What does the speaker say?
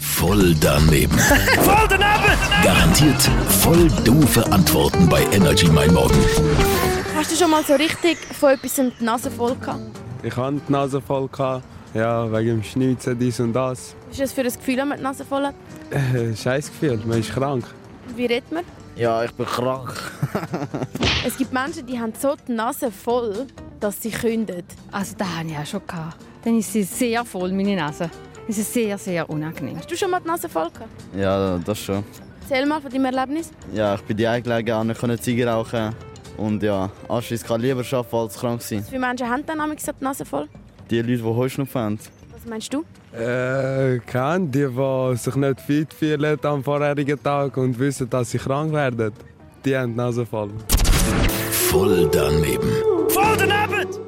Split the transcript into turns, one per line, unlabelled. Voll daneben.
Voll daneben!
Garantiert voll doofe Antworten bei Energy Mein Morgen.
Hast du schon mal so richtig von etwas die Nase voll gehabt?
Ich hatte die Nase voll. Gehabt. Ja, wegen dem Schnitzen, dies und das.
Was ist das für ein Gefühl, wenn man die Nase voll hat?
Äh, Scheiß Gefühl, man ist krank.
Wie redet man?
Ja, ich bin krank.
Es gibt Menschen, die haben so die Nase voll, dass sie künden.
Also da hatte ich auch schon. Gehabt. Dann ist sie sehr voll, meine Nase. Es ist sehr, sehr unangenehm.
Hast du schon mal die Nase voll gehabt?
Ja, das schon.
Erzähl mal von deinem Erlebnis.
Ja, ich bin die eingelegen, auch nicht können Ziege rauchen. Und ja, Aschis kann lieber arbeiten als krank sein.
Wie viele Menschen haben dann damals die Nase voll?
Die Leute, die Heuschnupfen haben.
Was meinst du?
Äh, kennen die, die sich nicht fit fühlen am vorherigen Tag und wissen, dass sie krank werden? Die haben die Nase voll.
Voll daneben.
Voll daneben!